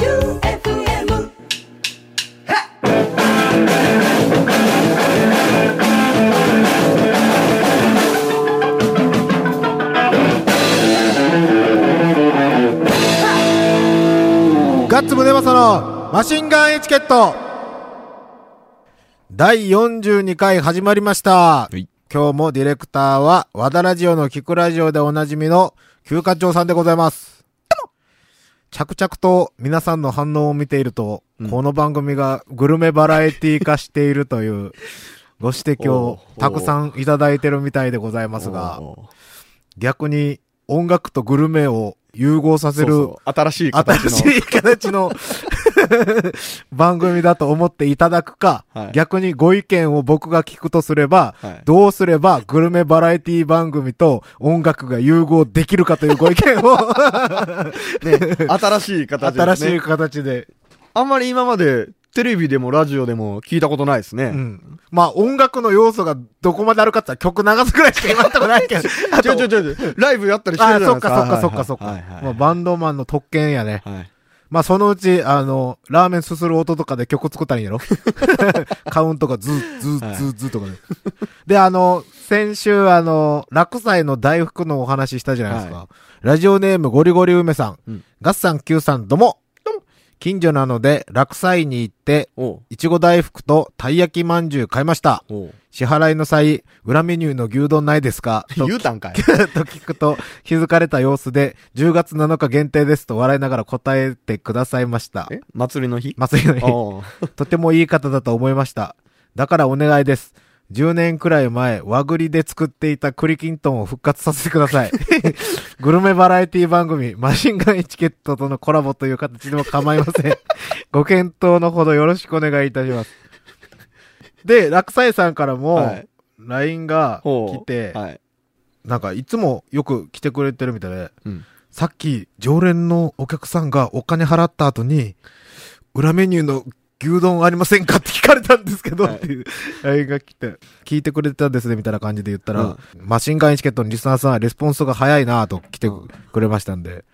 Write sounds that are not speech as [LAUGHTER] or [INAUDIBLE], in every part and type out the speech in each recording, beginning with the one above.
J-O-E-U-F-M ガッツムネマソのマシンガンエチケット第42回始まりました、い今日もディレクターは和田ラジオのキクラジオでおなじみの休暇長さんでございます着々と皆さんの反応を見ていると、うんこの番組がグルメバラエティ化していると [LAUGHS] いうご指摘をおうたくさんいただいてるみたいでございますが、おー逆に音楽とグルメを融合させるそうそう新しい形の。新しい形 [LAUGHS] の番組だと思っていただくか、はい逆にご意見を僕が聞くとすれば、はいどうすればグルメバラエティ番組と音楽が融合できるかというご意見 [LAUGHS] を新しい形です新ね。しい形で、あんまり今までテレビでもラジオでも聞いたことないですね。うんまあ音楽の要素がどこまであるかって言ったら曲流すくらいしか今んとこないけどあ [LAUGHS] ちょいちょいとちょいちょい、ライブやったりしてあるじゃそないっでかすそか。っかそっかそっかはいはいはいまあバンドマンの特権やね、はい。まあそのうち、あの、ラーメンすする音とかで曲作ったらいいんや [LAUGHS] ろカウントがズー、ズー、ズー、ズーとかで。で、あの、先週、あの、落斎の大福のお話したじゃないですか。はラジオネームゴリゴリ梅さん。うんガッサン Q さん、どうも。近所なので、落斎に行って、おういちご大福とたい焼きまんじゅう買いました。おう支払いの際、裏メニューの牛丼ないですかと言うたんかい。 [LAUGHS] と聞くと気づかれた様子で、10月7日限定ですと笑いながら答えてくださいました。え祭りの日祭りの日、おう [LAUGHS] とてもいい方だと思いました。だからお願いです。10年くらい前、和栗で作っていた栗きんとんを復活させてください。グルメバラエティ番組、マシンガンエチケットとのコラボという形でも構いません。ご検討のほどよろしくお願いいたします。で、落斎さんからはもい、 LINE がおう来て、はい。なんかいつもよく来てくれてるみたいで、うんさっき常連のお客さんがお金払った後に、裏メニューの牛丼ありませんかって聞かれたんですけど、はいっていう LINE が来て、聞いてくれてたんですねみたいな感じで言ったら、マシンガンエチケットのリスナーさんはレスポンスが早いなぁと来てくれましたんで、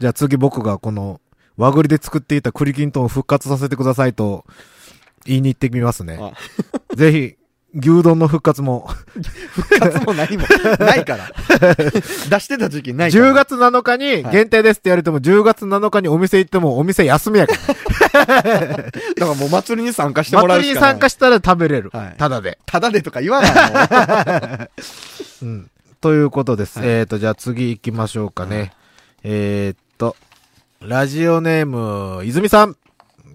じゃあ次僕がこの和栗で作っていた栗きんとんを復活させてくださいと言いに行ってみますね。あぜひ、牛丼の復活も。復活も何も。 [LAUGHS] ないから。出してた時期ないから。 10月7日に限定ですって言われても、10月7日にお店行ってもお店休みやから。だからもう祭りに参加 [LAUGHS] してもらう祭りにしかない。参加したら食べれる。はいただで。ただでとか言わないの。うん。ということです。えっと、じゃあ次行きましょうかね。えーっと、ラジオネーム、泉さん、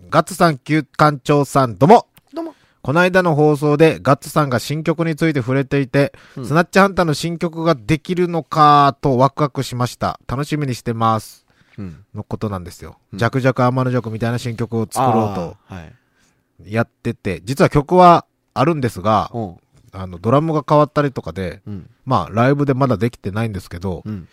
ガッツさん、旧館長さん、どうも。どうも。この間の放送でガッツさんが新曲について触れていて、うんスナッチハンターの新曲ができるのかとワクワクしました。楽しみにしてます。うん。のことなんですよ。うんジャクジャク天のジャクみたいな新曲を作ろうとあー。はい。やってて、実は曲はあるんですが、おうあの、ドラムが変わったりとかで、うん。まあ、ライブでまだできてないんですけど、うん。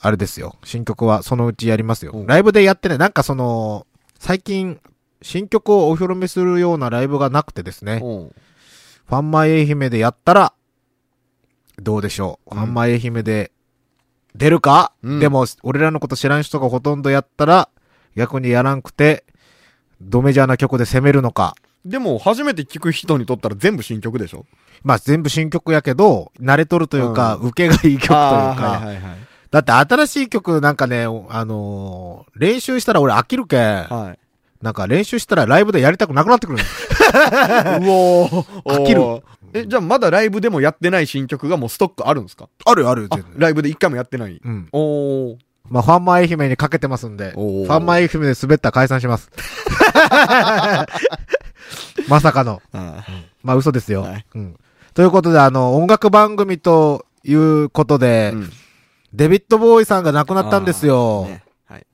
あれですよ。新曲はそのうちやりますうよん。ライブでやってね、なんかその、最近、新曲をお披露目するようなライブがなくてですね、おうファンマイ愛媛でやったら、どうでしょう。うんファンマイ愛媛で、出るか、うんでも、俺らのこと知らん人がほとんどやったら、逆にやらんくて、ドメジャーな曲で攻めるのか。でも、初めて聞く人にとったら全部新曲でしょまあ全部新曲やけど、慣れとるというか、う受けがいい曲というか、あーはいはいだって新しい曲なんかね、おあのー練習したら俺飽きるけん、はい。はい。なんか練習したらライブでやりたくなくなってくるの [LAUGHS] うおー飽きるおーえ、じゃあまだライブでもやってない新曲がもうストックあるんですか [LAUGHS] あるよあるよ、あ全然。ライブで一回もやってない。うん。おー。まあファンマ愛媛にかけてますんで、フおーァンマ愛媛で滑ったら解散し [LAUGHS] ます。まさかの。あまあ嘘ですよ。はいうん。ということで、あの、音楽番組ということで、うんデビッド・ボーイさんが亡くなったんですよ。ねはい。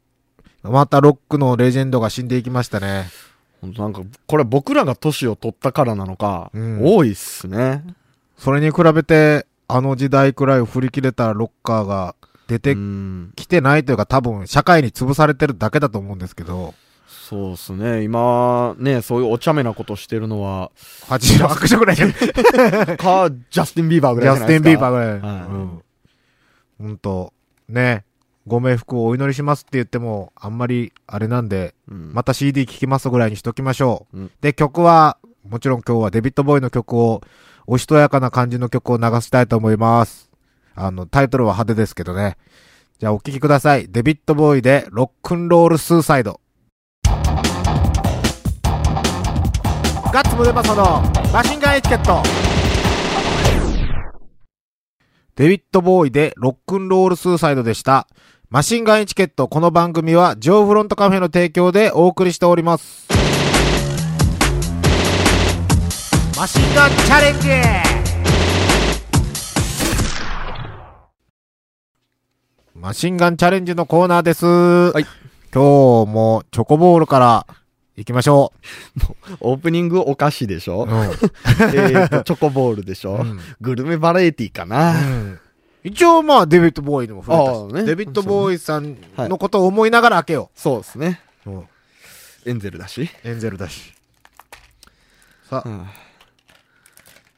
またロックのレジェンドが死んでいきましたね。本当なんか、これ僕らが年を取ったからなのか、うん多いっすね。それに比べて、あの時代くらいを振り切れたロッカーが出てうんきてないというか、多分社会に潰されてるだけだと思うんですけど、そうっすね。今、ね、そういうお茶目なことしてるのは、 80拍手ぐらいじゃないか、ジャスティン・ビーバーぐジらいャじゃスないティン・ですか。ビーバーぐらい。はいうん。ほんと、ね。ご冥福をお祈りしますって言っても、あんまりあれなんで、うんまた CD 聴きますぐらいにしときましょう。うんで、曲は、もちろん今日はデビッド・ボーイの曲を、おしとやかな感じの曲を流したいと思います。あの、タイトルは派手ですけどね。じゃあお聴きください。デビッド・ボーイで、ロックンロール・スーサイド。ガッツムデパソのマシンガンエチケットデビッド・ボーイでロックンロール・スーサイドでした。マシンガンエチケット、この番組はジョーフロントカフェの提供でお送りしております。マシンガンチャレンジマシンガンチャレンジのコーナーです。い今日もチョコボールから行きましょオープニングお菓子でしう。 [LAUGHS] ょ、うんえーと、チョコボールでしょ、うんグルメバラエティかな、一応まあデビッド・ボーイにも触れたしああねデビッド・ボーイさんはいのことを思いながら開けよそうですね。う、エンゼルだし。エンゼルだしさあ、うん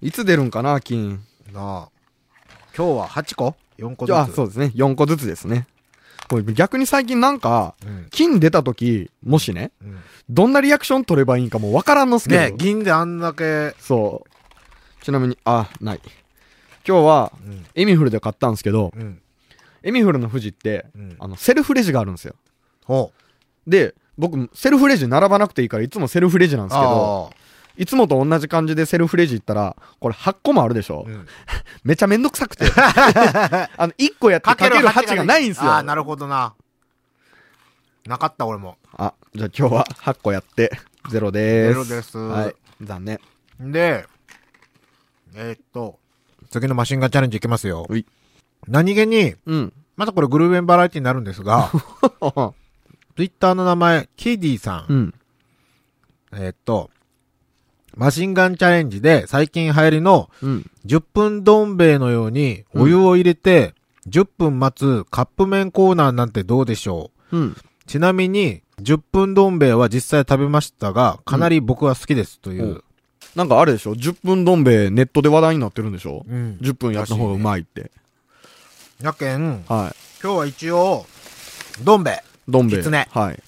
いつ出るんかな、金。なあ今日は8個 ?4 個ずつあ、そうですね。4個ずつですね。これ逆に最近なんか、うん金出た時、もしね、うんどんなリアクション取ればいいんかもうわからんのっすけど。ね銀であんだけ、そう。ちなみに、あ、ない。今日は、うんエミフルで買ったんですけど、うん、エミフルの富士って、うんあの、セルフレジがあるんですよ。ほうで、僕、セルフレジ並ばなくていいから、いつもセルフレジなんですけど、ああいつもと同じ感じでセルフレジ行ったら、これ8個もあるでしょ、うん [LAUGHS] めちゃめんどくさ [LAUGHS] くて。あの、1個やってかける8がないんですよ。あああなるほどななかった俺もじゃあ今日は8個やって、ゼロでーす。ゼロですはい。残念。でえーっと次のマシンガンチャレンジいきますようい何気にうん。 [LAUGHS] またこれグルメバラエティになるんですがツイッターの名前、キーディさん。うん。えーっと、マシンガンチャレンジで最近流行りのうん。 10分どん兵衛のようにうんお湯を入れて10分待つカップ麺コーナーなんてどうでしょうん。うちなみに10分どん兵衛は実際食べましたがかなり僕は好きですという。なんかあれでしょ ?10 分どん兵衛ネットで話題になってるんでしょうん。 10分やった方がうまいって。やけん、は今日は一応、どん兵衛。い。どん兵衛。きつねはい。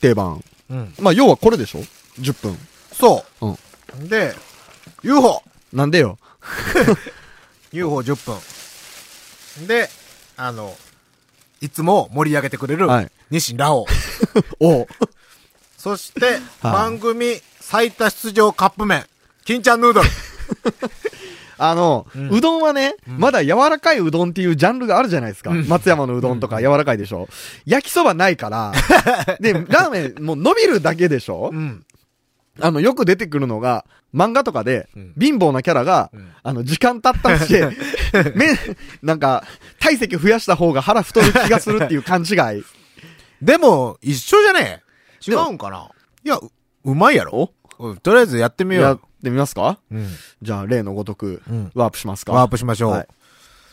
定番。うん。まあ、要はこれでしょ ?10 分。そうう。で、UFO。なんでよ。 UFO10 分。で、あの、いつも盛り上げてくれる、はい西ラオウ。おうそ [LAUGHS] して、番組最多出場カップ麺、金ちゃんヌードル。あの、うんどんはね、まだ柔らかいうどんっていうジャンルがあるじゃないですか。松山のうどんとか柔らかいでしょ。焼きそばない [LAUGHS] から。で、ラーメンもう伸びるだけでしょうん。あの、よく出てくるのが、漫画とかで、うん貧乏なキャラが、んあの、時間経った [LAUGHS] んして、麺、なんか、体積増やした方が腹太る気がするっていう勘違 [LAUGHS] い。でも、一緒じゃねえ違でもうんかないや、ううまいやろうんとりあえずやってみようやっよ。てみますかうん。じゃあ、例のごとくうん、ワープしますか、ワープしましょう。はい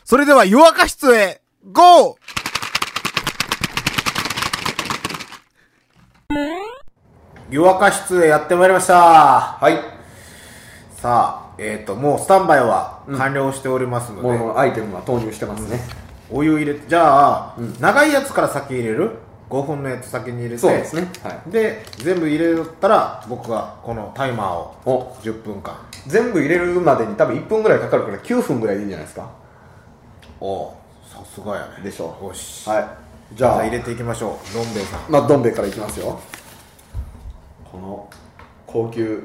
それでは、湯沸か室へ、ゴー湯沸か室へやってまいりました。はい。さあ、えっ、と、もうスタンバイは完了しておりますので、アイテムは投入してますね。お湯入れて、じゃあ、長いやつから先入れる ?5 分のやつ先に入れて、そうですねはで、全部入れたら、僕はこのタイマーをお10分間。全部入れるまでに多分1分ぐらいかかるから9分ぐらいでいいんじゃないですかおうさすがやね。でしょよし。はい。じゃあ入れていきましょう。どん兵衛さん。まあ、どん兵衛からいきますよこの高級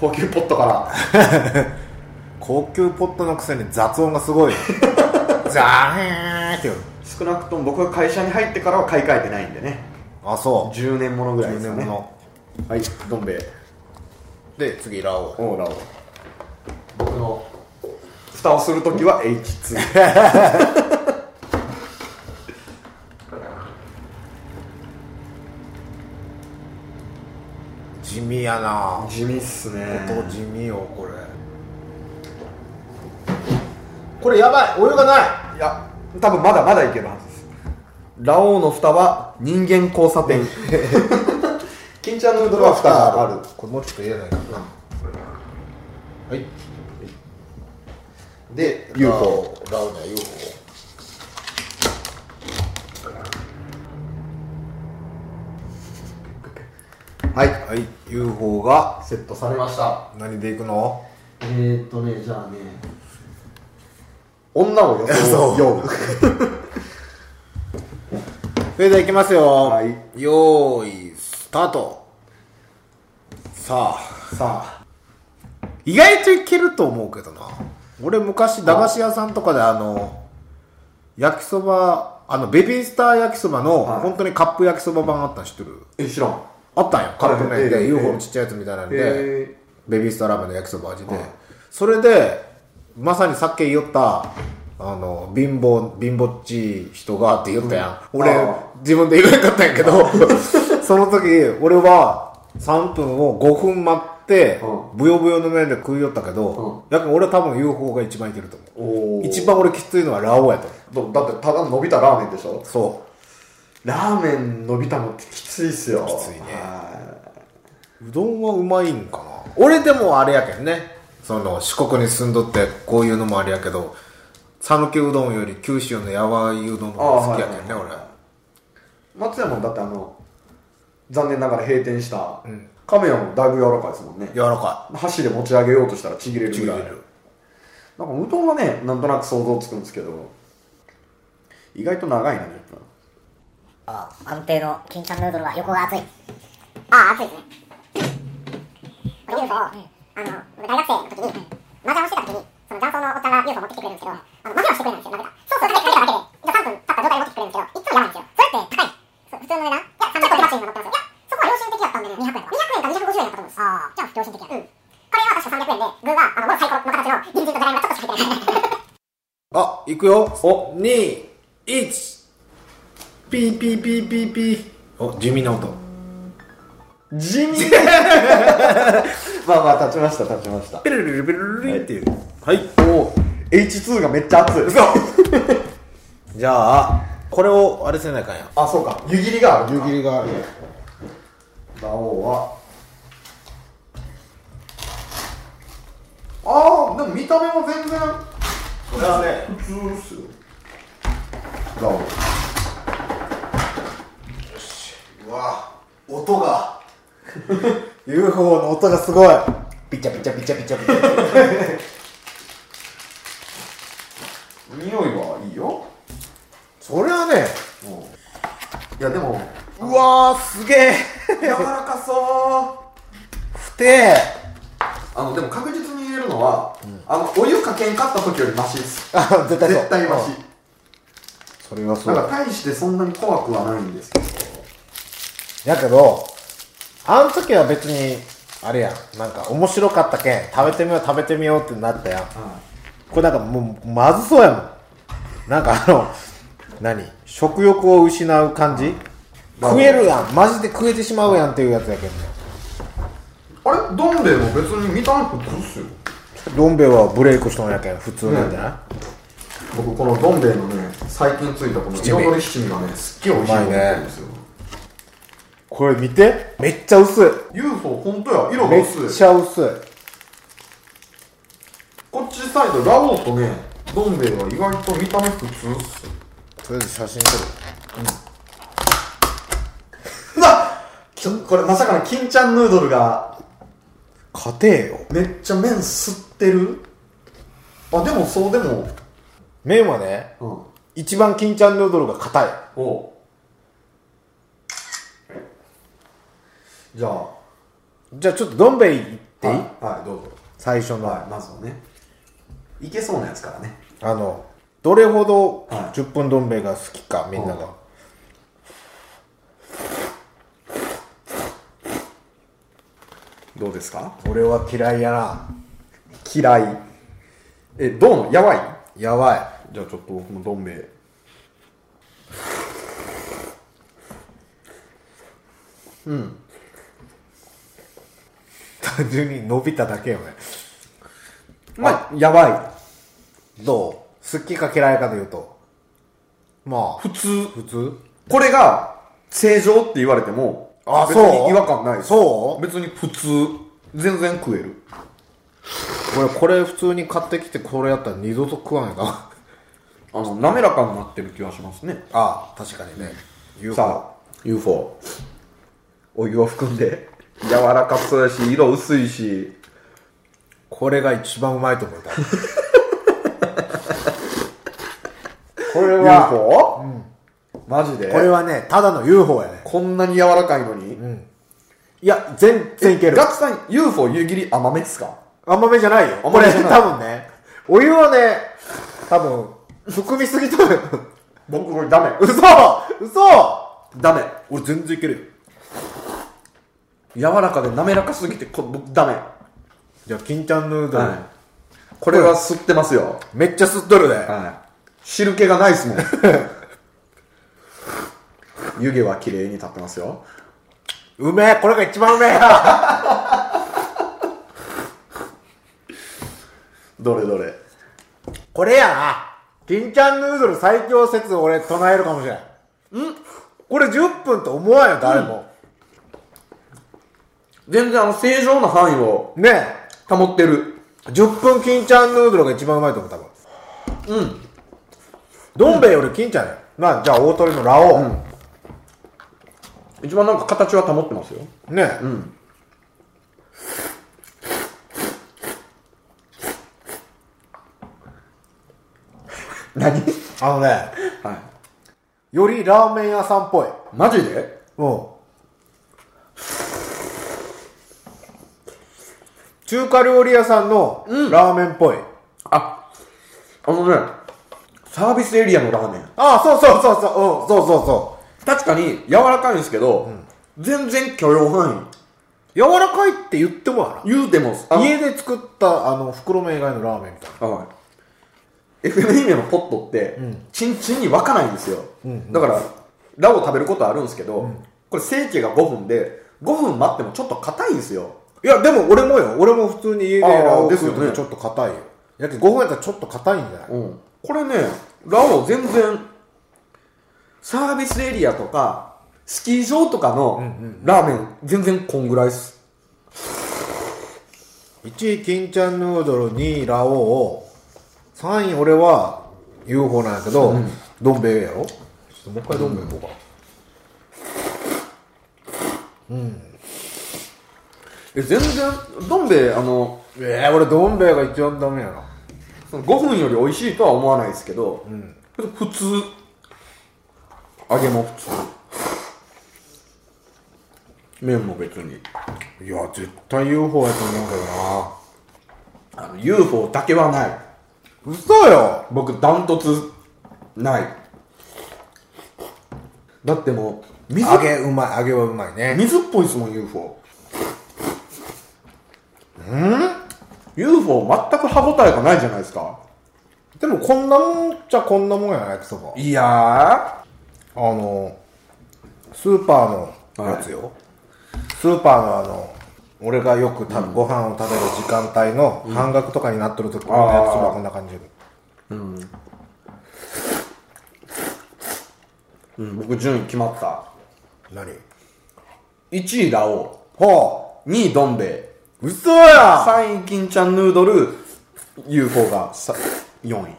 高級ポットか高級ポットのくせに雑音がすご [LAUGHS] いよザーンっていうら少なくとも僕が会社に入ってからは買い替えてないんでねあそう10年ものぐらいです10か年ねもはいどん兵衛ので次ラオウオーラを僕の蓋をするときは H2 地味やな地味っすね音地味よこれこれやばいお湯がないいや多分まだまだいけるはずですラオウの蓋は人間交差点 [LAUGHS] 金ちゃんのうどんは蓋があるこれもうちょっと入れないかなはいでラオウラオウには UFO はい。はい。UFO がセットされました何で行くのえー、っとねじゃあね女 [LAUGHS] を予そうよそれでは行きますよ。ははいい。よーい、スタート。さあ、さあ意外といけると思うけどな。俺昔、駄菓子屋さんとかであの、焼きそば、あの、ベビースター焼きそばの、はい本当にカップ焼きそば版あったの知ってるえ知らんあったんよ。カップ麺ええで、ええ UFO のちっちゃいやつみたいなんで、えベビースターラーメンの焼きそば味で。それで、まさにさっき言った、あの、貧乏、貧乏っちい人がって言ったやん。うん俺ああ、自分で言えなかったんやけど、 [LAUGHS] その時、俺は3分を5分待って、うブヨブヨの麺で食いよったけど、やっぱ俺は多分 UFO が一番いけると思ー、おう。ー一番俺きついのはラオウやと思だだってただ伸びたラーメンでしょう。そう。ラーメン伸びたのってきついっすよきついねうどんはうまいんかな俺でもあれやけんねその四国に住んどってこういうのもあれやけど讃岐うどんより九州のやわいうどんの方が好きやけんねあーはい俺松山もだってあの残念ながら閉店した、ん亀屋もだいぶ柔らかいですもんね柔らか箸で持ち上げようとしたらちぎれいるちぎぐられいるなんかうどんはねなんとなく想像つくんですけど意外と長いな10分ああ安定の金ちゃんヌードルは横が熱いああ熱いですねこれ UFO あの大学生の時に麻雀をしてた時にその雀荘のおっちゃんが UFO 持ってきてくれるんですけどあの負けはしてくれないんですよ負けたそうするとかけただけでじゃあ3分経った状態で持ってきてくれるんですけどいつもやばいんですよそれって高いそう普通の値段いや結構手間賃が乗ってますよいやそこは良心的だったんでね200円とか200円か250円だったと思うんですあじゃあ良心的やうんこれは確か300円で具があのもう最高の形の人参とじゃがいもがちょっとしか入ってないあいくよお21ピーピーピーピーピーお地味な音地味 [LAUGHS] まあまあ立ちました立ちましたピルルルピルルルリっていうはい、お H2 がめっちゃ熱いじゃあこれをあれせないかんやあそうか湯切りがある湯切りがラオウはああでも見た目も全然これはね普通ですよラオウうわ音が UFO の音がすごいピチャピチャピチャピチャピチャ匂いはいいよそれはねいやでもうわーすげえ柔らかそうふてえあのでも確実に言えるのは、あのお湯かけんかった時よりマシですあ絶対そう絶対マシそれはそなうんかだ大してそんなに怖くはないんですけどだけどあの時は別にあれやんなんか面白かったけん食べてみよう食べてみようってなったやんこれなんかもうまずそうやもんなんかあの何食欲を失う感じ食えるやんマジで食えてしまうやんっていうやつやけんねあれどん兵衛も別に見た目普通っすよどん兵衛はブレイクしたんやけん普通なんじゃない、僕このどん兵衛のね最近ついたこの七味彩り七味がねすっげえ美味しいと思ってるんですよ、これ見てめっちゃ薄い UFO 本当や色がめっ薄ちいゃ薄いこっちサイドラオウとねどん兵衛は意外と見た目普通っすよとりあえず写真撮るうわちょこれまさかの金ちゃんヌードルが勝てよめっちゃ麺吸ってるあでもそうでも麺はねうん一番金ちゃんヌードルが硬いおじゃあじゃあちょっとどん兵衛行っていい、はい、はい、どうぞ最初の、はいまずはねいけそうなやつからねあのどれほどはい10分どん兵衛が好きかみんなが、うどうですか俺は嫌いやな嫌いえどうなのやばいやばい [LAUGHS] じゃあちょっと僕もどん兵衛単純に伸びただけよねまあやばどう好きか嫌いかで言うとまあい普通普通これが正常って言われてもあ別そうに違和感ないですそう別に普通全然食える俺これ普通に買ってきてこれやったら二度と食わ [LAUGHS] んやなあの滑らかになってる気はしますねああ確かにね UFO さあ UFO お湯を含んで柔らかそうやし、色薄いし。これが一番うまいと思う。多分これは、 UFO? マジでこれはね、ただの UFO やね。こんなに柔らかいのに、いや、全然いけるガ。クさん UFO 湯切り甘めっすか甘めじゃないよ。こ甘めれじゃない多分ね、お湯をね、多分、含みすぎとる。僕これダメ嘘嘘ダメ俺全然いけるよ柔らかで滑らかすぎてこ僕ダメ、じゃあ、金ちゃんヌードル、はい、これは吸ってますよ、めっちゃ吸っとるで。はい、汁気がないっすもん [LAUGHS] 湯気は綺麗に立ってますようめえ、これが一番うめえや。どれどれこれやな。金ちゃんヌードル最強説を俺唱えるかもしれん。んこれ10分と思わんよ、誰も。全然あの正常な範囲をねえ。保ってる10分金ちゃんヌードルが一番うまいと思う、多分。うんどん兵衛より金ちゃんや。な、じゃあ大鳥のラオウ。一番なんか形は保ってますよねえ。 [LAUGHS] 何あのね、はいよりラーメン屋さんっぽい。マジでうん。中華料理屋さんのラーメンっぽい。ああのねサービスエリアのラーメンああ、そうそうそうそう、うん、そうそうそ確かに柔らかいんですけど、全然許容範う。柔らかいって言ってもや囲言うてもあな。の家で作った、あの、袋麺以外のラーメンみたいな。はい FM 姫のポットって、チンチンに湧かないんですよ、だからラを食べることあるんですけど、これ成形が5分で5分待ってもちょっと硬いんですよいや、でも俺もよ。俺も普通に家でラーメン食うああとですちょよっと硬いよ。だって5分やったらちょっと硬いんじゃないうん、これねラオ全然サービスエリアとかスキー場とかのラーメン、全然こんぐらいっす ?1 位、金ちゃんヌードル、2位、ラオウを、3位、俺は UFO なんやけど、どん兵衛やろちょっともう一回どん兵衛行こうか。え全然どん兵衛あのええ俺どん兵衛が一番ダメやなその5分より美味しいとは思わないですけど、けど普通揚げも普通麺も別にいや絶対 UFO やと思うけどなあの UFO だけはない嘘よ僕ダントツないだってもう水揚げうまい揚げはうまいね水っぽいですもん UFO うん UFO 全く歯応えがないじゃないですかでもこんなもんじゃこんなもんやな焼きそばいやあのスーパーのやつよ、スーパーのあの俺がよく食べ、ご飯を食べる時間帯の半額とかになっとる時のあー焼きそばこんな感じでー、うん、僕順位決まった何1位ラオほウ2位どん兵衛う嘘や3位金ちゃんヌードル UFO がさ4位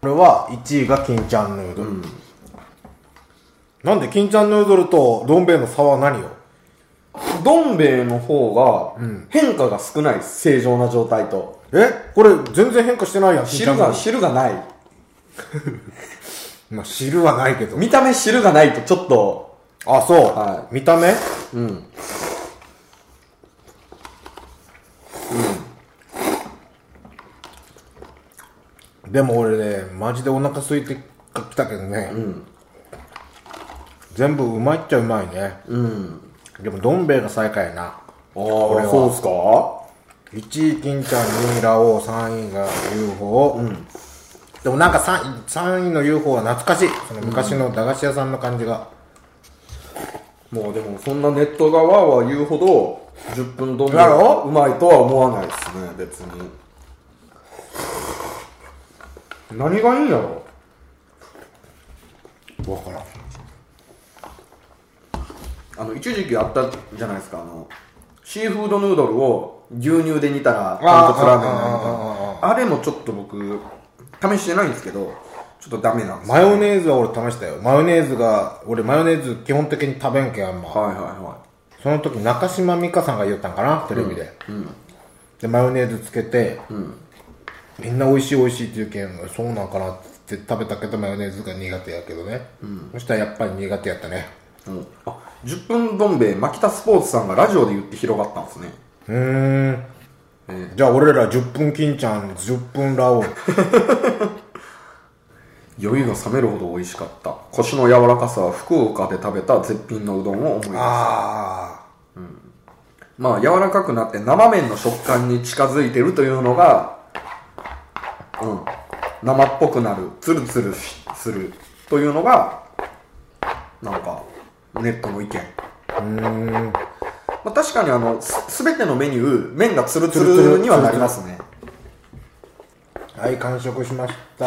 これは1位が金ちゃんヌードル、なんで金ちゃんヌードルとどん兵衛の差は何よどん兵衛の方が変化が少ない正常な状態とえこれ全然変化してないやん汁が汁がないまあ、汁はないけど見た目汁がないとちょっとあそう、は見た目うんでも俺ねマジでお腹空いてきたけどね、全部うまいっちゃうまいねうんでもどん兵衛が最下位やなああれはそうっすか1位金ちゃん2位ラオウ3位が UFO、でもなんか 3, 3位の UFO は懐かしいその昔の駄菓子屋さんの感じが、もうでもそんなネットがわーわー言うほど10分どん兵衛だろがうまいとは思わないっすね別に何がいいんやろわからんあの一時期あったじゃないですかあのシーフードヌードルを牛乳で煮たら豚骨ラーメンになるみたいあーなあれもちょっと僕試してないんですけどちょっとダメなんですマヨーネーズは俺試したよマヨネーズが俺マヨネーズ基本的に食べんけんあんまはいはいはいその時中島美嘉さんが言ったんかなテレビで、でマヨネーズつけて、みんな美味しい美味しいって言うけんそうなんかなって食べたけどマヨネーズが苦手やけどね、そしたらやっぱり苦手やったねうんあ10分どん兵衛牧田スポーツさんがラジオで言って広がったんですねうーんじゃあ俺ら10分金ちゃん10分ラオウ酔いが冷めるほど美味しかった腰の柔らかさは福岡で食べた絶品のうどんを思い出したあまあ柔らかくなって生麺の食感に近づいてるというのがうん生っぽくなるツルツルしするというのがなんかネットの意見まあ、確かにあのす全てのメニュー麺がツルツルにはなりますねあはい完食しました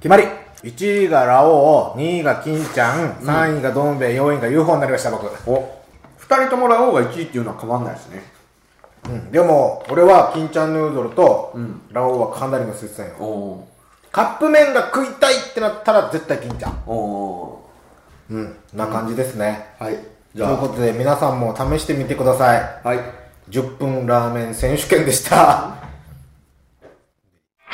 決まり1位がラオウ2位が金ちゃん3位がどん兵衛4位が UFO になりました僕、お二人ともラオウが1位っていうのは変わんないですねでも俺は金ちゃんヌードルとラオウはかなりの接戦よ、おカップ麺が食いたいってなったら絶対金ちゃんおおうんな感じですね、ーはいじといゃうことで皆さんも試してみてくださいあはい10分ラーメン選手権でした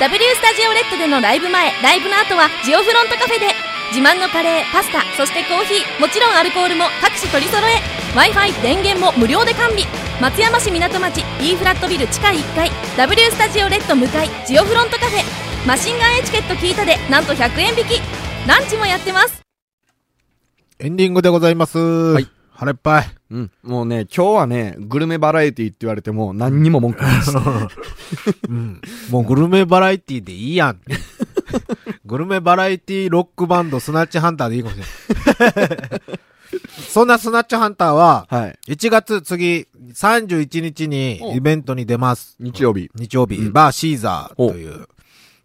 W スタジオレッドでのライブ前、ライブの後はジオフロントカフェで自慢のカレー、パスタ、そしてコーヒー、もちろんアルコールも各種取り揃え Wi-Fi、電源も無料で完備松山市港町 E フラットビル地下1階 W スタジオレッド向かいジオフロントカフェマシンガンエチケット聞いたでなんと100円引きランチもやってますエンディングでございますはい腹いっぱいうん。もうね、今日はね、グルメバラエティって言われても何にも文句ない [LAUGHS] です。もうグルメバラエティでいい [LAUGHS] やん。グルメバラエティロックバンドスナッチハンターでいいかもしれない。 [LAUGHS] そんなスナッチハンターは、はい。 1月次31日おにイベントに出ます。日曜日。日曜日、バーシーザーという、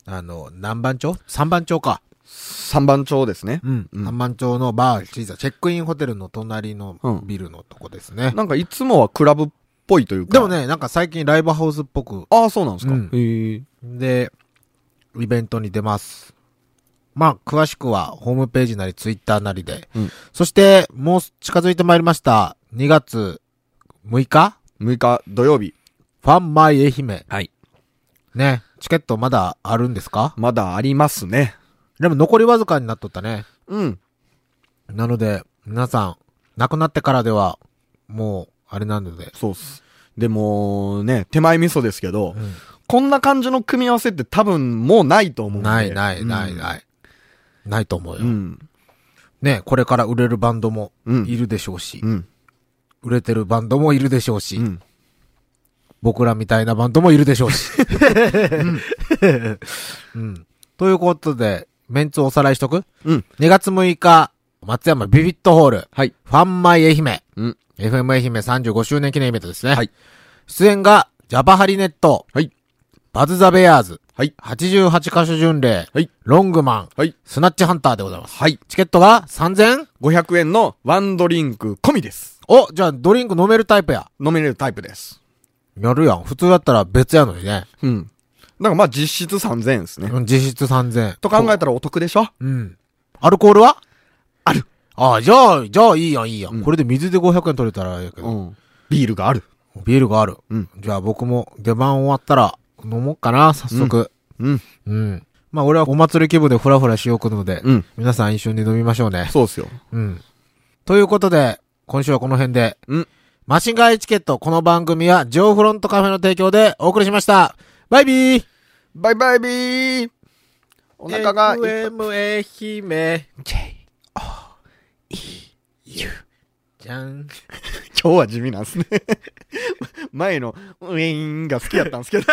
あの、何番町 ?3 番町か。三番町ですね。うん。3番町のバーシーザー、チェックインホテルの隣のうんビルのとこですね。なんかいつもはクラブっぽいというか。でも。ね、なんか最近ライブハウスっぽくああ、そうなんですか。うんへえ。で、イベントに出ます。まあ、詳しくは、ホームページなり、ツイッターなりで。うんそして、もう近づいてまいりました。2月6日6日土曜日。ファンマイ愛媛。はい。ね。チケットまだあるんですかまだありますね。でも残りわずかになっとったね。うん。なので、皆さん、亡くなってからでは、もう、あれなので。そうっす。でも、ね、手前味噌ですけど、こんな感じの組み合わせって多分もうないと思うんで。ないないないない。ないと思うよ。うん。ね、これから売れるバンドもうんいるでしょうし、うん。売れてるバンドもいるでしょうし、うん。僕らみたいなバンドもいるでしょう [LAUGHS] し。うん。ということで、メンツをおさらいしとくうん。 ?2 月6日、松山ビビットホール、はい。ファンマイ愛媛、うん。 FM 愛媛35周年記念イベントですね。はい出演が、ジャバハリネット、はい。バズザベアーズ、はい。 88カ所巡礼、はいロングマン、はい。スナッチハンターでございます。はい。チケットが 3000? 500円のワンドリンク込みです。お、じゃあドリンク飲めるタイプや。飲めれるタイプです。やるやん。普通だったら別やのにね。うん。だからまあ実質3000円ですね。うん実質3000。と考えたらお得でしょうん。アルコールはある。ああ、じゃあ、じゃあいいやん、いいやん。これで水で500円取れたらええけど、ん。ビールがある。ビールがある。うんじゃあ僕も出番終わったら飲もうかな、早速。うん。うん。まあ俺はお祭り気分でフラフラしようくので、うん皆さん一緒に飲みましょうね。そうですよ。うん。ということで、今週はこの辺で、うん。マシンガーエチケット、この番組はジョーフロントカフェの提供でお送りしました。バイビーバイバイビーお腹がいっぱい FM 愛媛 J O E U じゃん [LAUGHS] 今日は地味なんですね。 [LAUGHS] 前のウィーンが好きやったんですけど。